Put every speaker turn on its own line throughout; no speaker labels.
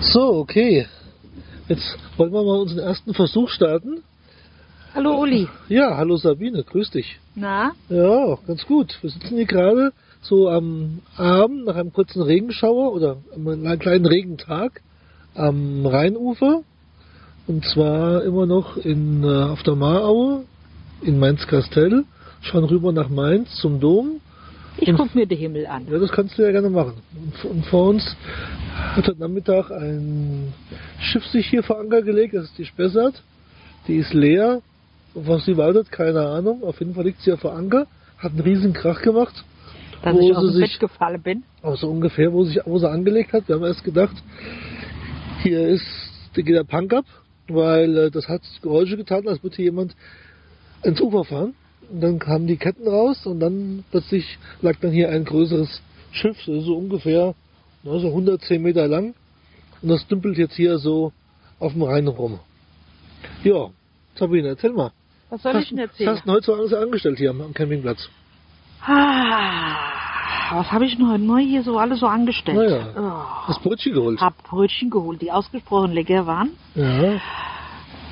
So, okay. Jetzt wollen wir mal unseren ersten Versuch starten.
Hallo Uli.
Ja, hallo Sabine, grüß dich.
Na?
Ja, ganz gut. Wir sitzen hier gerade so am Abend nach einem kurzen Regenschauer oder einem kleinen Regentag am Rheinufer. Und zwar immer noch in, äh, auf der Maraue in Mainz-Kastell. Schauen rüber nach Mainz zum Dom.
Ich guck mir den Himmel an.
Ja, das kannst du ja gerne machen. Und, v- und vor uns hat heute Nachmittag ein Schiff sich hier vor Anker gelegt, das ist die Spessart. Die ist leer. Auf was sie wartet, keine Ahnung. Auf jeden Fall liegt sie ja vor Anker. Hat einen riesen Krach gemacht.
Dass
Wo
ich aus
sie
dem
sich-
Bett gefallen bin.
Aber so ungefähr, wo, sich, wo sie angelegt hat. Wir haben erst gedacht, hier ist, da geht der Punk ab, weil äh, das hat Geräusche getan, als würde hier jemand ins Ufer fahren. Und dann kamen die Ketten raus und dann plötzlich lag dann hier ein größeres Schiff, so so ungefähr na, so 110 Meter lang. Und das dümpelt jetzt hier so auf dem Rhein rum. Ja, Sabine, erzähl mal.
Was soll
was
ich denn
was hast
erzählen?
du denn heute so alles angestellt hier am, am Campingplatz?
Ah, was habe ich denn heute neu hier so alles so angestellt?
Naja.
Oh,
Hast Brötchen geholt?
hab Brötchen geholt, die ausgesprochen lecker waren.
Ja.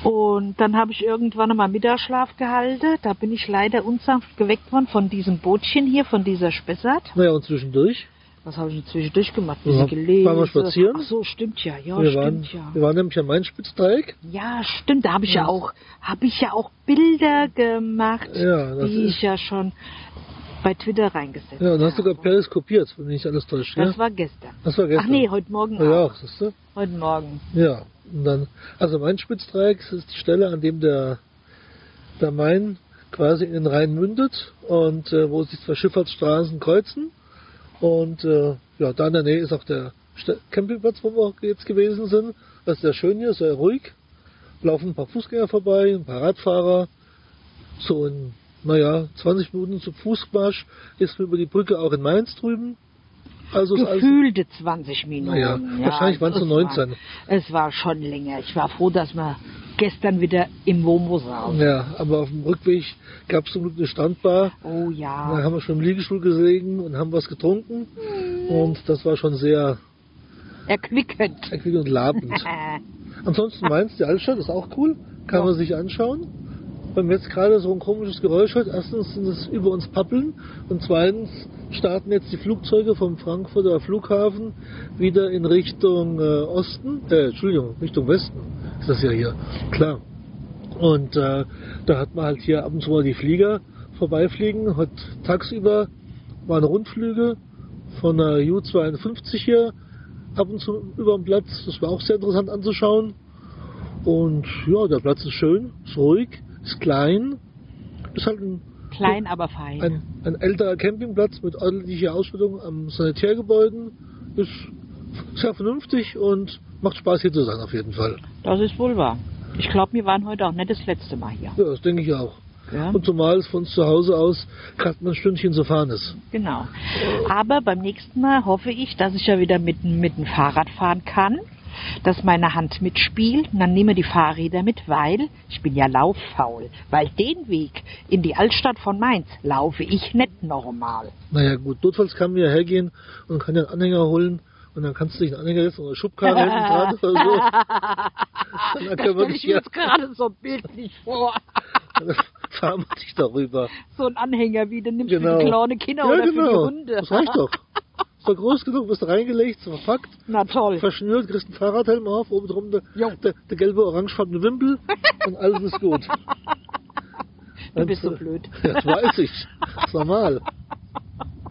Und dann habe ich irgendwann einmal Mittagsschlaf gehalten. Da bin ich leider unsanft geweckt worden von diesem Bootchen hier, von dieser Spessart.
Naja, und zwischendurch?
Was habe ich denn zwischendurch gemacht?
Ja,
Bisschen gelesen.
waren wir spazieren?
Ach so, stimmt ja. Ja,
wir, waren,
stimmt ja.
wir waren nämlich am Main-Spitzdreieck.
Ja, stimmt, da habe ich
Ja.
ja auch, habe ich ja auch Bilder gemacht,
Ja, das
die
ist-
ich ja schon bei Twitter reingesetzt
Ja, und hast sogar
habe.
periskopiert, wenn mich nicht alles täuscht.
Das
ja?
war gestern.
das war gestern.
Ach nee, heute Morgen
Ah ja,
auch.
siehst du?
Heute Morgen.
Ja, und dann, also Main-Spitzdreieck ist die Stelle, an dem der, der Main quasi in den Rhein mündet und äh, wo sich zwei Schifffahrtsstraßen kreuzen. Und äh, ja, da in der Nähe ist auch der Ste- Campingplatz, wo wir auch jetzt gewesen sind. Das ist sehr schön hier, sehr ruhig. Laufen ein paar Fußgänger vorbei, ein paar Radfahrer. So in, naja, 20 Minuten zum Fußmarsch ist man über die Brücke auch in Mainz drüben. Also ist alles
Gefühlte 20 Minuten.
Naja, wahrscheinlich waren es
es
nur 19.
War, es war schon länger. Ich war froh, dass wir gestern wieder im Womo saßen.
Ja, aber auf dem Rückweg gab es zum Glück eine Standbar.
Oh
Da
ja.
haben wir schon im Liegestuhl gelegen und haben was getrunken. Und das war schon sehr
Erquickend.
eckig und labend.
Äh,
Ansonsten Mainz, die Altstadt, ist auch cool. Kann
Ja.
man sich anschauen. Wenn man jetzt gerade so ein komisches Geräusch hört, erstens sind es über uns Pappeln und zweitens starten jetzt die Flugzeuge vom Frankfurter Flughafen wieder in Richtung äh, Osten, äh, Entschuldigung, Richtung Westen ist das ja hier, klar. Und äh, da hat man halt hier ab und zu mal die Flieger vorbeifliegen. Heute tagsüber waren Rundflüge von der U52 hier ab und zu über den Platz. Das war auch sehr interessant anzuschauen. Und ja, der Platz ist schön, ist ruhig, ist klein. Ist halt ein,
klein, aber fein.
ein, ein älterer Campingplatz mit ordentlicher Ausstattung am Sanitärgebäuden. Ist sehr vernünftig und macht Spaß hier zu sein auf jeden Fall.
das ist wohl wahr. Ich glaube, wir waren heute auch nicht das letzte Mal hier.
Ja, das denke ich auch.
Ja?
Und zumal es von uns zu Hause aus gerade mal ein Stündchen zu fahren ist.
Genau. Aber beim nächsten Mal hoffe ich, dass ich ja wieder mit, mit dem Fahrrad fahren kann, dass meine Hand mitspielt. Und dann nehme die Fahrräder mit, weil ich bin ja lauffaul. Weil den Weg in die Altstadt von Mainz laufe ich nicht normal.
Naja gut, notfalls kann man ja hergehen und kann ja einen Anhänger holen und dann kannst du dich einen Anhänger setzen oder eine Schubkarre hinten dran oder so. Dann
das
können wir
stelle
dich
ich mir
ja,
jetzt gerade so bildlich vor.
dann fahren wir dich darüber.
So ein Anhänger wie, den nimmst du
Genau.
für die kleine Kinder
ja
oder
genau,
für die Hunde.
das reicht doch. Ist doch groß genug, bist reingelegt, ist verpackt,
Na toll.
verschnürt, kriegst einen Fahrradhelm auf, oben drum der,
Jo.
der, der gelbe, orangefarbene Wimpel und alles ist gut.
Du bist so blöd.
Ja, äh, das weiß ich. Das ist normal.
Oh.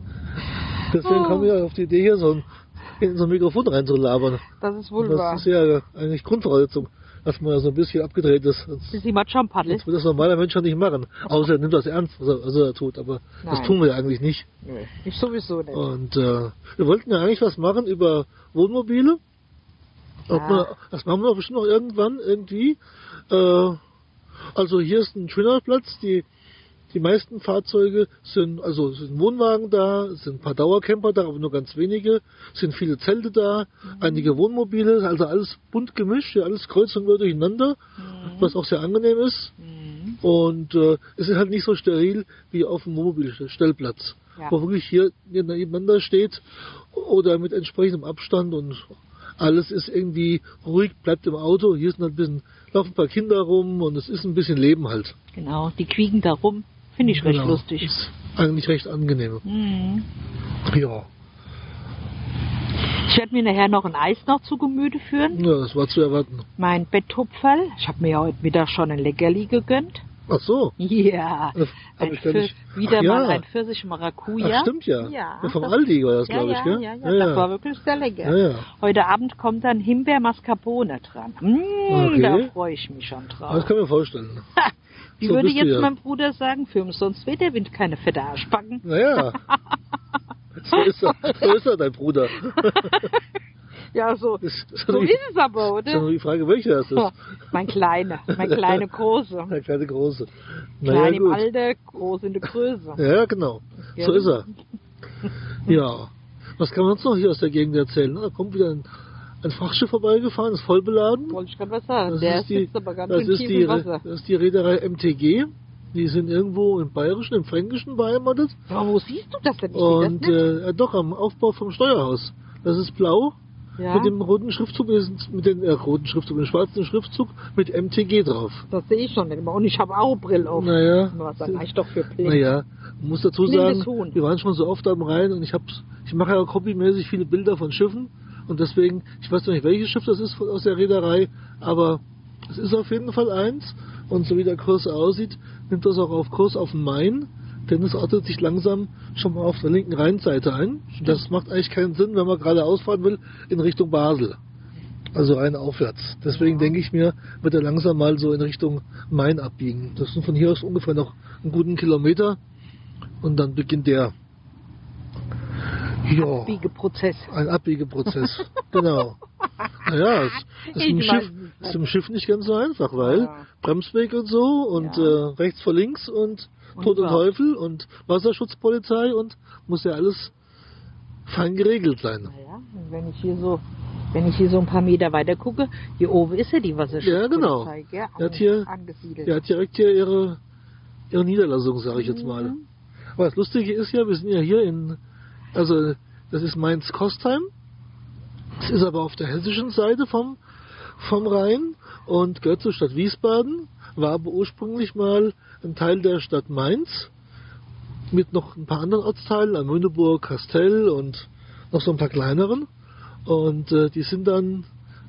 Deswegen kam ich ja auf die Idee, hier so ein, in so ein Mikrofon reinzulabern.
Das ist wohl wahr.
Das ist ja eigentlich Grundvoraussetzung, dass man ja so ein bisschen abgedreht ist. Sonst
Ist jemand schon Paddel?
sonst würde das normaler Mensch ja nicht machen. Außer er nimmt das ernst, was er, was er da tut. Aber das
Nein.
tun wir ja eigentlich nicht.
Ich sowieso nicht.
Und äh, wir wollten ja eigentlich was machen über Wohnmobile. Ob
Ja.
wir, das machen wir bestimmt noch irgendwann irgendwie. Äh, also hier ist ein schöner Platz. Die, die meisten Fahrzeuge sind, also es sind Wohnwagen da, es sind ein paar Dauercamper da, aber nur ganz wenige. Es sind viele Zelte da, einige Wohnmobile, also alles bunt gemischt, hier alles kreuz und quer durcheinander, was auch sehr angenehm ist. Und äh, es ist halt nicht so steril wie auf dem Wohnmobilstellplatz,
Ja.
wo wirklich hier nebeneinander steht oder mit entsprechendem Abstand und Alles ist irgendwie ruhig, bleibt im Auto. Hier sind halt ein bisschen, laufen ein paar Kinder rum und es ist ein bisschen Leben halt.
Genau, die quieken da rum. Finde ich recht
Genau.
lustig.
Ist eigentlich recht angenehm.
Mhm.
Ja.
Ich werde mir nachher noch ein Eis noch zu Gemüte führen.
ja, das war zu erwarten.
Mein Betttupferl. Ich habe mir ja heute Mittag schon ein Leckerli gegönnt.
Ach so.
Ja.
Das hab
Ein
ich gar
Pfirsich-
nicht- Ach
Wieder
ja.
mal ein Pfirsich-Maracuja.
Ach, stimmt ja.
Oh Ja.
Vom Aldi war das,
Ja,
glaube ich,
ja,
gell?
ja, ja, das war wirklich sehr lecker.
Ja, ja.
Heute Abend kommt dann Himbeer-Mascarpone dran. Mmh,
Okay.
Da freue ich mich schon
Ah, Das
drauf.
kann ich mir vorstellen.
Wie
so
würde
bist du
jetzt
ja.
mein Bruder sagen, für mich sonst wird der Wind keine fette Arschbacken.
Naja. So ist er, so ist er dein Bruder.
Ja, so,
Das ist
so
natürlich-
ist es aber,
Das ist
oder?
nur die Frage, welcher das ist.
Mein Kleiner, mein kleine Große.
Der kleine Große.
Klein
Naja,
im
gut.
Alter, groß in der Größe.
Ja, genau.
Ja.
So ist er. Ja. Was kann man uns noch hier aus der Gegend erzählen? Da kommt wieder ein, ein Frachtschiff vorbeigefahren, ist voll beladen.
Wollte ich gerade was sagen.
Das
der
ist die,
sitzt aber ganz
das
schön
ist
tief
die,
im Wasser.
das ist die Reederei MTG. Die sind irgendwo im Bayerischen, im Fränkischen beheimatet.
Aber wo siehst du das denn? Ich seh
Und
das nicht.
äh, äh, doch, am Aufbau vom Steuerhaus. Das ist blau
ja,
äh, mit dem roten Schriftzug, das ist mit dem äh, roten Schriftzug, dem schwarzen Schriftzug mit MTG drauf.
das sehe ich schon nicht mehr. Und ich habe auch Brille auf.
Naja.
Oh, Was sag ich doch für Pläne?
Naja, muss dazu
Blindes
sagen,
Huhn.
wir waren schon so oft am Rhein und ich hab's, ich mache ja hobbymäßig viele Bilder von Schiffen und deswegen, ich weiß noch nicht, welches Schiff das ist von, aus der Reederei, aber es ist auf jeden Fall eins und so wie der Kurs aussieht, nimmt das auch auf Kurs auf den Main, denn es ordnet sich langsam schon mal auf der linken Rheinseite ein. Das macht eigentlich keinen Sinn, wenn man gerade ausfahren will in Richtung Basel. Also rein aufwärts. Deswegen denke ich mir, wird er langsam mal so in Richtung Main abbiegen. Das sind von hier aus ungefähr noch einen guten Kilometer. Und dann beginnt der. Ja,
Biegeprozess.
ein Abbiegeprozess. genau. Naja, es ist
Ich
im,
weiß
Schiff,
nicht.
ist im Schiff nicht ganz so einfach, weil
Ja.
Bremsweg und so und
Ja.
äh, rechts vor links und
Und
Tod und
überhaupt.
Teufel und Wasserschutzpolizei und muss ja alles fein geregelt sein.
Naja, und wenn ich hier so, wenn ich hier so ein paar Meter weiter gucke, hier oben ist ja die Wasserschutzpolizei,
Ja, genau.
gell?
Er hat hier-
angesiedelt.
Die hat direkt hier ihre, ihre Niederlassung, sage ich jetzt mal.
Mhm.
Aber das Lustige ist ja, wir sind ja hier in, also das ist Mainz-Kostheim. Es ist aber auf der hessischen Seite vom, vom Rhein und gehört zur Stadt Wiesbaden, war aber ursprünglich mal ein Teil der Stadt Mainz mit noch ein paar anderen Ortsteilen, an Mündeburg, Kastell und noch so ein paar kleineren. Und äh, die sind dann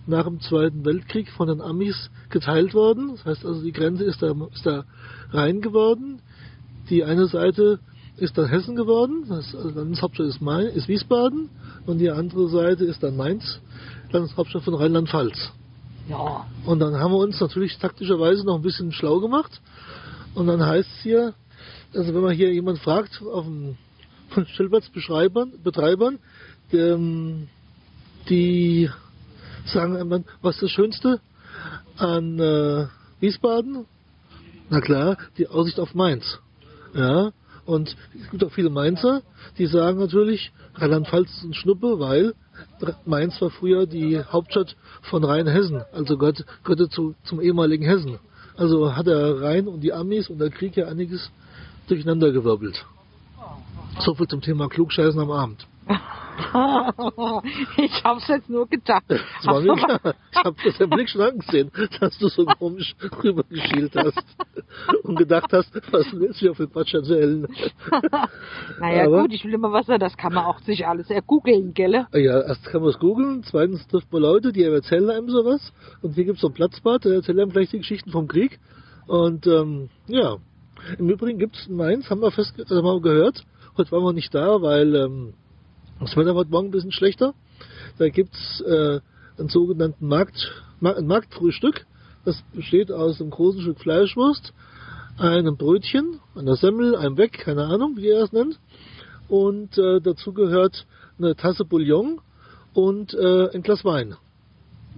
nach dem Zweiten Weltkrieg von den Amis geteilt worden. Das heißt also, die Grenze ist da, ist da rein geworden. Die eine Seite ist dann Hessen geworden, das also Landeshauptstadt ist, Main, ist Wiesbaden und die andere Seite ist dann Mainz, Landeshauptstadt von Rheinland-Pfalz.
Ja,
Und dann haben wir uns natürlich taktischerweise noch ein bisschen schlau gemacht. Und dann heißt es hier, also wenn man hier jemand fragt, auf dem von Stellplatzbetreibern, Betreibern, ähm, die sagen einem dann, was ist das Schönste an äh, Wiesbaden? Na klar, die Aussicht auf Mainz. Ja, und es gibt auch viele Mainzer, die sagen natürlich, Rheinland-Pfalz ist ein Schnuppe, weil Mainz war früher die Hauptstadt von Rheinhessen, also gehört, gehörte zu, zum ehemaligen Hessen. Also hat der Rhein und die Amis und der Krieg ja einiges durcheinandergewirbelt. So viel zum Thema Klugscheißen am Abend.
ich hab's jetzt nur gedacht.
Das war mir klar. Ich habe das im Blick schon angesehen, dass du so komisch rübergeschielt hast und gedacht hast, was willst du hier für Quatsch erzählen?
naja,
Aber-
gut, ich will immer was sagen, das kann man auch sich alles ergoogeln, gell?
Ah Ja, erst kann man es googeln, zweitens trifft man Leute, die erzählen einem sowas. Und hier gibt es so ein Platzbad, der erzählt einem gleich die Geschichten vom Krieg. Und ähm, ja, im Übrigen gibt es in Mainz, haben wir, fest, also haben wir gehört, heute waren wir nicht da, weil ähm, das Wetter war heute Morgen ein bisschen schlechter. Da gibt es äh, einen sogenannten Markt, Ma- ein Marktfrühstück. Das besteht aus einem großen Stück Fleischwurst, einem Brötchen, einer Semmel, einem Weck, keine Ahnung, wie ihr das nennt und äh, dazu gehört eine Tasse Bouillon und äh, ein Glas Wein.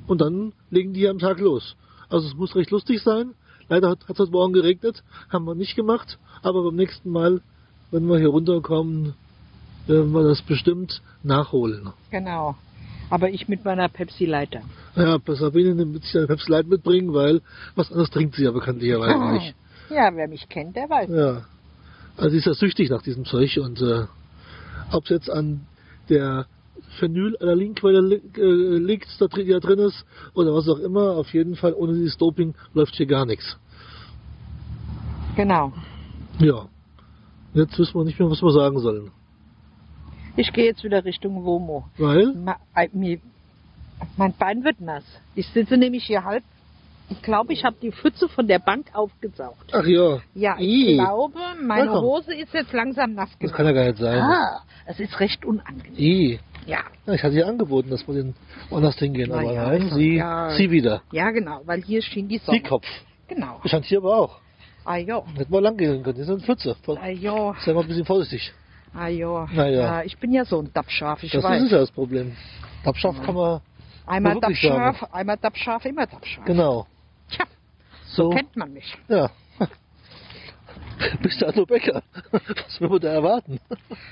Und dann legen die am Tag los. Also es muss recht lustig sein. Leider hat es heute Morgen geregnet, haben wir nicht gemacht, aber beim nächsten Mal, wenn wir hier runterkommen, werden wir das bestimmt nachholen.
Genau. Aber ich mit meiner Pepsi-Leiter.
Ja, Passabine mit sich eine Pepsi Light mitbringen, weil was anderes trinkt sie ja bekanntlicherweise nicht.
Ja, wer mich kennt, der weiß.
Ja. Also sie ist ja süchtig nach diesem Zeug und äh, ob es jetzt an der Phenylalanine li äh, liegt, da drin, ja drin ist oder was auch immer. Auf jeden Fall, ohne dieses Doping läuft hier gar nichts.
Genau.
Ja. Jetzt wissen wir nicht mehr, was wir sagen sollen.
Ich gehe jetzt wieder Richtung Womo.
Weil?
Ma- äh, mir- Mein Bein wird nass. Ich sitze nämlich hier halb. Ich glaube, ich habe die Pfütze von der Bank aufgesaugt.
Ach ja.
Ja, ich
Ih,
glaube, meine
Welcome.
Hose ist jetzt langsam nass
Das
geworden.
kann ja gar nicht sein.
Ah, es ist recht unangenehm.
I.
Ja,
Ja, ich hatte ihr angeboten, dass wir den woanders hingehen,
Na
aber
ja,
nein,
schon,
sie,
ja.
sie wieder.
ja genau, weil hier schien die Sonne.
Sie Kopf.
Genau.
Scheint hier aber auch.
Ah jo,
Hätten wir lang gehen können. Das ist eine Pfütze.
ah jo,
Sei mal ein bisschen vorsichtig.
ah jo.
Na ja.
Ah, ich bin ja so ein Dappschaf, ich
das
weiß.
ist ja das Problem. Abschaff kann man,
Einmal
Muss wirklich
Dappschaf, einmal Dappschaf, immer Dappschaf.
genau.
Tja,
So,
kennt man mich.
ja. Bist du also Bäcker? Was will man da erwarten?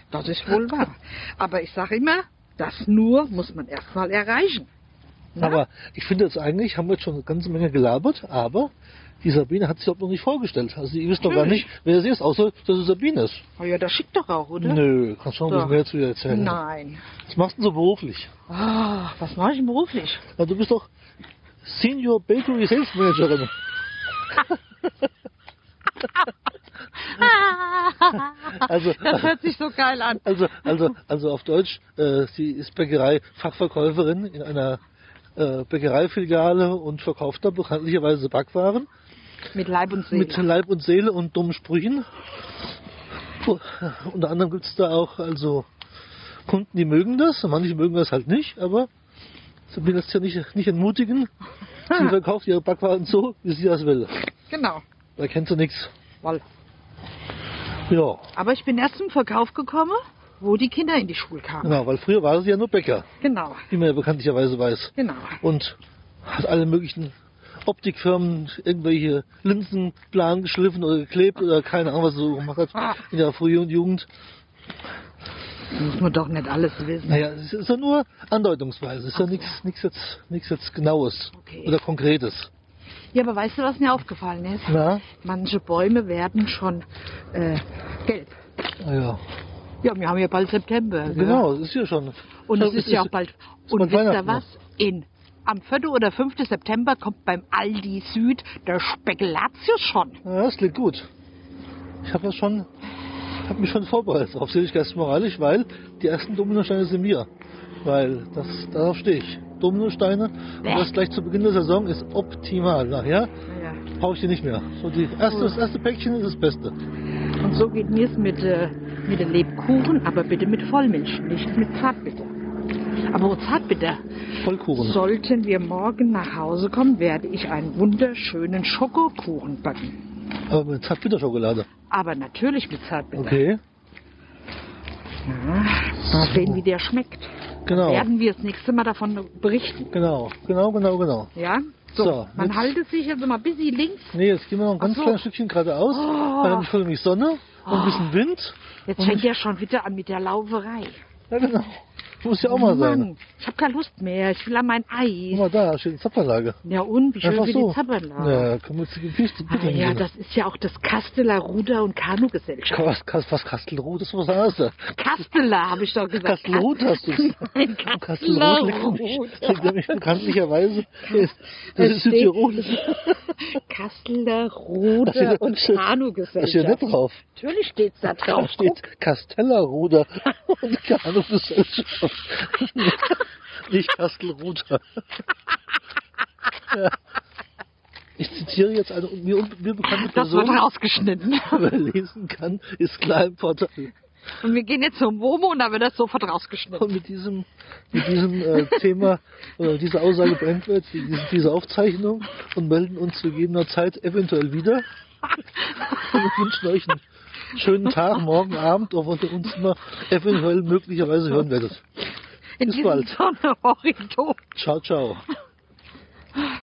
Das ist wohl wahr. Aber ich sage immer, das nur muss man erstmal erreichen. Na?
Aber ich finde jetzt eigentlich, haben wir jetzt schon eine ganze Menge gelabert, aber die Sabine hat sich überhaupt noch nicht vorgestellt. Also ihr wisst doch gar
Natürlich.
nicht, wer sie ist, außer dass sie Sabine ist.
Oh ja, das schickt doch auch, oder?
Nö, kannst du noch ein bisschen
Doch.
mehr zu ihr erzählen.
Nein.
Was machst du denn so beruflich?
Ah, was mache ich denn beruflich?
Na, du bist doch Senior Bakery Sales Managerin. Also,
Das hört sich so geil an.
also, also, also auf Deutsch, äh, sie ist Bäckerei-Fachverkäuferin in einer äh, Bäckereifiliale und verkauft da bekanntlicherweise Backwaren
Mit Leib und Seele.
mit Leib und Seele und dummen Sprüchen. Uh, Unter anderem gibt es da auch also Kunden, die mögen das, manche mögen das halt nicht, aber sie will das ja nicht, nicht entmutigen. Sie verkauft ihre Backwaren so, wie sie das will.
genau.
Da kennt sie nichts.
Woll.
Ja,
Aber ich bin erst zum Verkauf gekommen, wo die Kinder in die Schule kamen.
genau, weil früher war sie ja nur Bäcker,
Genau,
wie man ja bekanntlicherweise weiß.
genau.
Und hat alle möglichen Optikfirmen irgendwelche Linsen plan geschliffen oder geklebt oder keine Ahnung, was sie so gemacht hat in der frühen Jugend.
Das muss man doch nicht alles wissen.
Naja, es ist ja nur andeutungsweise, es ist ja nichts nichts jetzt, nichts jetzt Genaues
Okay.
oder Konkretes.
Ja, aber weißt du, was mir aufgefallen ist?
Na,
Manche Bäume werden schon äh, gelb.
Ah ja,
Ja, wir haben ja bald September. gell?
genau, es ist ja schon.
Und
das
es ist ja auch bald. Und
bald
wisst ihr
Weihnachten.
was? In, am 4. oder 5. September kommt beim Aldi Süd der Spekulatius schon.
Ja, das klingt gut. Ich habe das schon, ich habe mich schon vorbereitet auf Seligkeitsmoralisch, weil die ersten Dominosteine sind mir. Weil das, darauf stehe ich. Dominosteine, und
Bäh.
das gleich zu Beginn der Saison ist optimal. Nachher
Ja.
brauche ich die nicht mehr. So die erste, das erste Päckchen ist das Beste.
Und so geht mir's mit, äh, mit den Lebkuchen, aber bitte mit Vollmilch, nicht mit Zartbitter. Aber Zartbitter,
Vollkuchen.
sollten wir morgen nach Hause kommen, werde ich einen wunderschönen Schokokuchen backen.
Aber mit Zartbitterschokolade.
Aber natürlich mit Zartbitter.
Okay,
Mal sehen, wie der schmeckt.
genau.
Werden wir das nächste Mal davon berichten.
Genau, genau, genau, genau.
Ja? So,
So,
man
jetzt-
halte sich jetzt mal busy links.
Nee, jetzt gehen wir noch ein ganz
Ach so.
kleines Stückchen geradeaus.
Oh.
Dann ist nämlich Sonne und ein bisschen Wind.
Jetzt fängt er schon wieder an mit der Lauferei.
Ja, genau. Muss ja auch mal sein.
Mann, ich habe keine Lust mehr. Ich will an mein
Guck
Eis.
mal da, steht eine Zapfanlage.
Ja und, wie schön
Einfach
für
so.
die Zappernlage.
Ja, können wir jetzt die Füße
Ah,
bitte
ja, das ist ja auch das Kasteler Ruder- und Kanugesellschaft.
was, was, was Kastelrot ist, was anderes.
Kasteler, habe ich doch gesagt.
Kastelrot hast du.
Nein,
Kastelrot liegt nämlich- liegt nämlich bekanntlicherweise. Das
Es
ist
steht-
Südtirol.
Kasteler
Da steht-
Ruder-
da steht-
und
Da steht nicht
Kanugesellschaft.
drauf.
Natürlich steht es da
Da
drauf.
steht Kastellerruder und Kanugesellschaft. Nicht Kastelruder. Ja. Ich zitiere jetzt eine mir, un- mir bekannte
Guck, Das wird
Person,
rausgeschnitten.
die man lesen kann, ist klar im Portal.
Und wir gehen jetzt zum Womo und da wird das sofort rausgeschnitten.
Und mit diesem, mit diesem äh, Thema oder dieser Aussage beenden wir jetzt diese, diese Aufzeichnung und melden uns zu gegebener Zeit eventuell wieder. Und wünschen euch einen schönen Tag, morgen Abend, auch wenn ihr uns immer eventuell möglicherweise hören werdet.
In
bis
diesem
bald.
Sonne Horizont.
Ciao, ciao.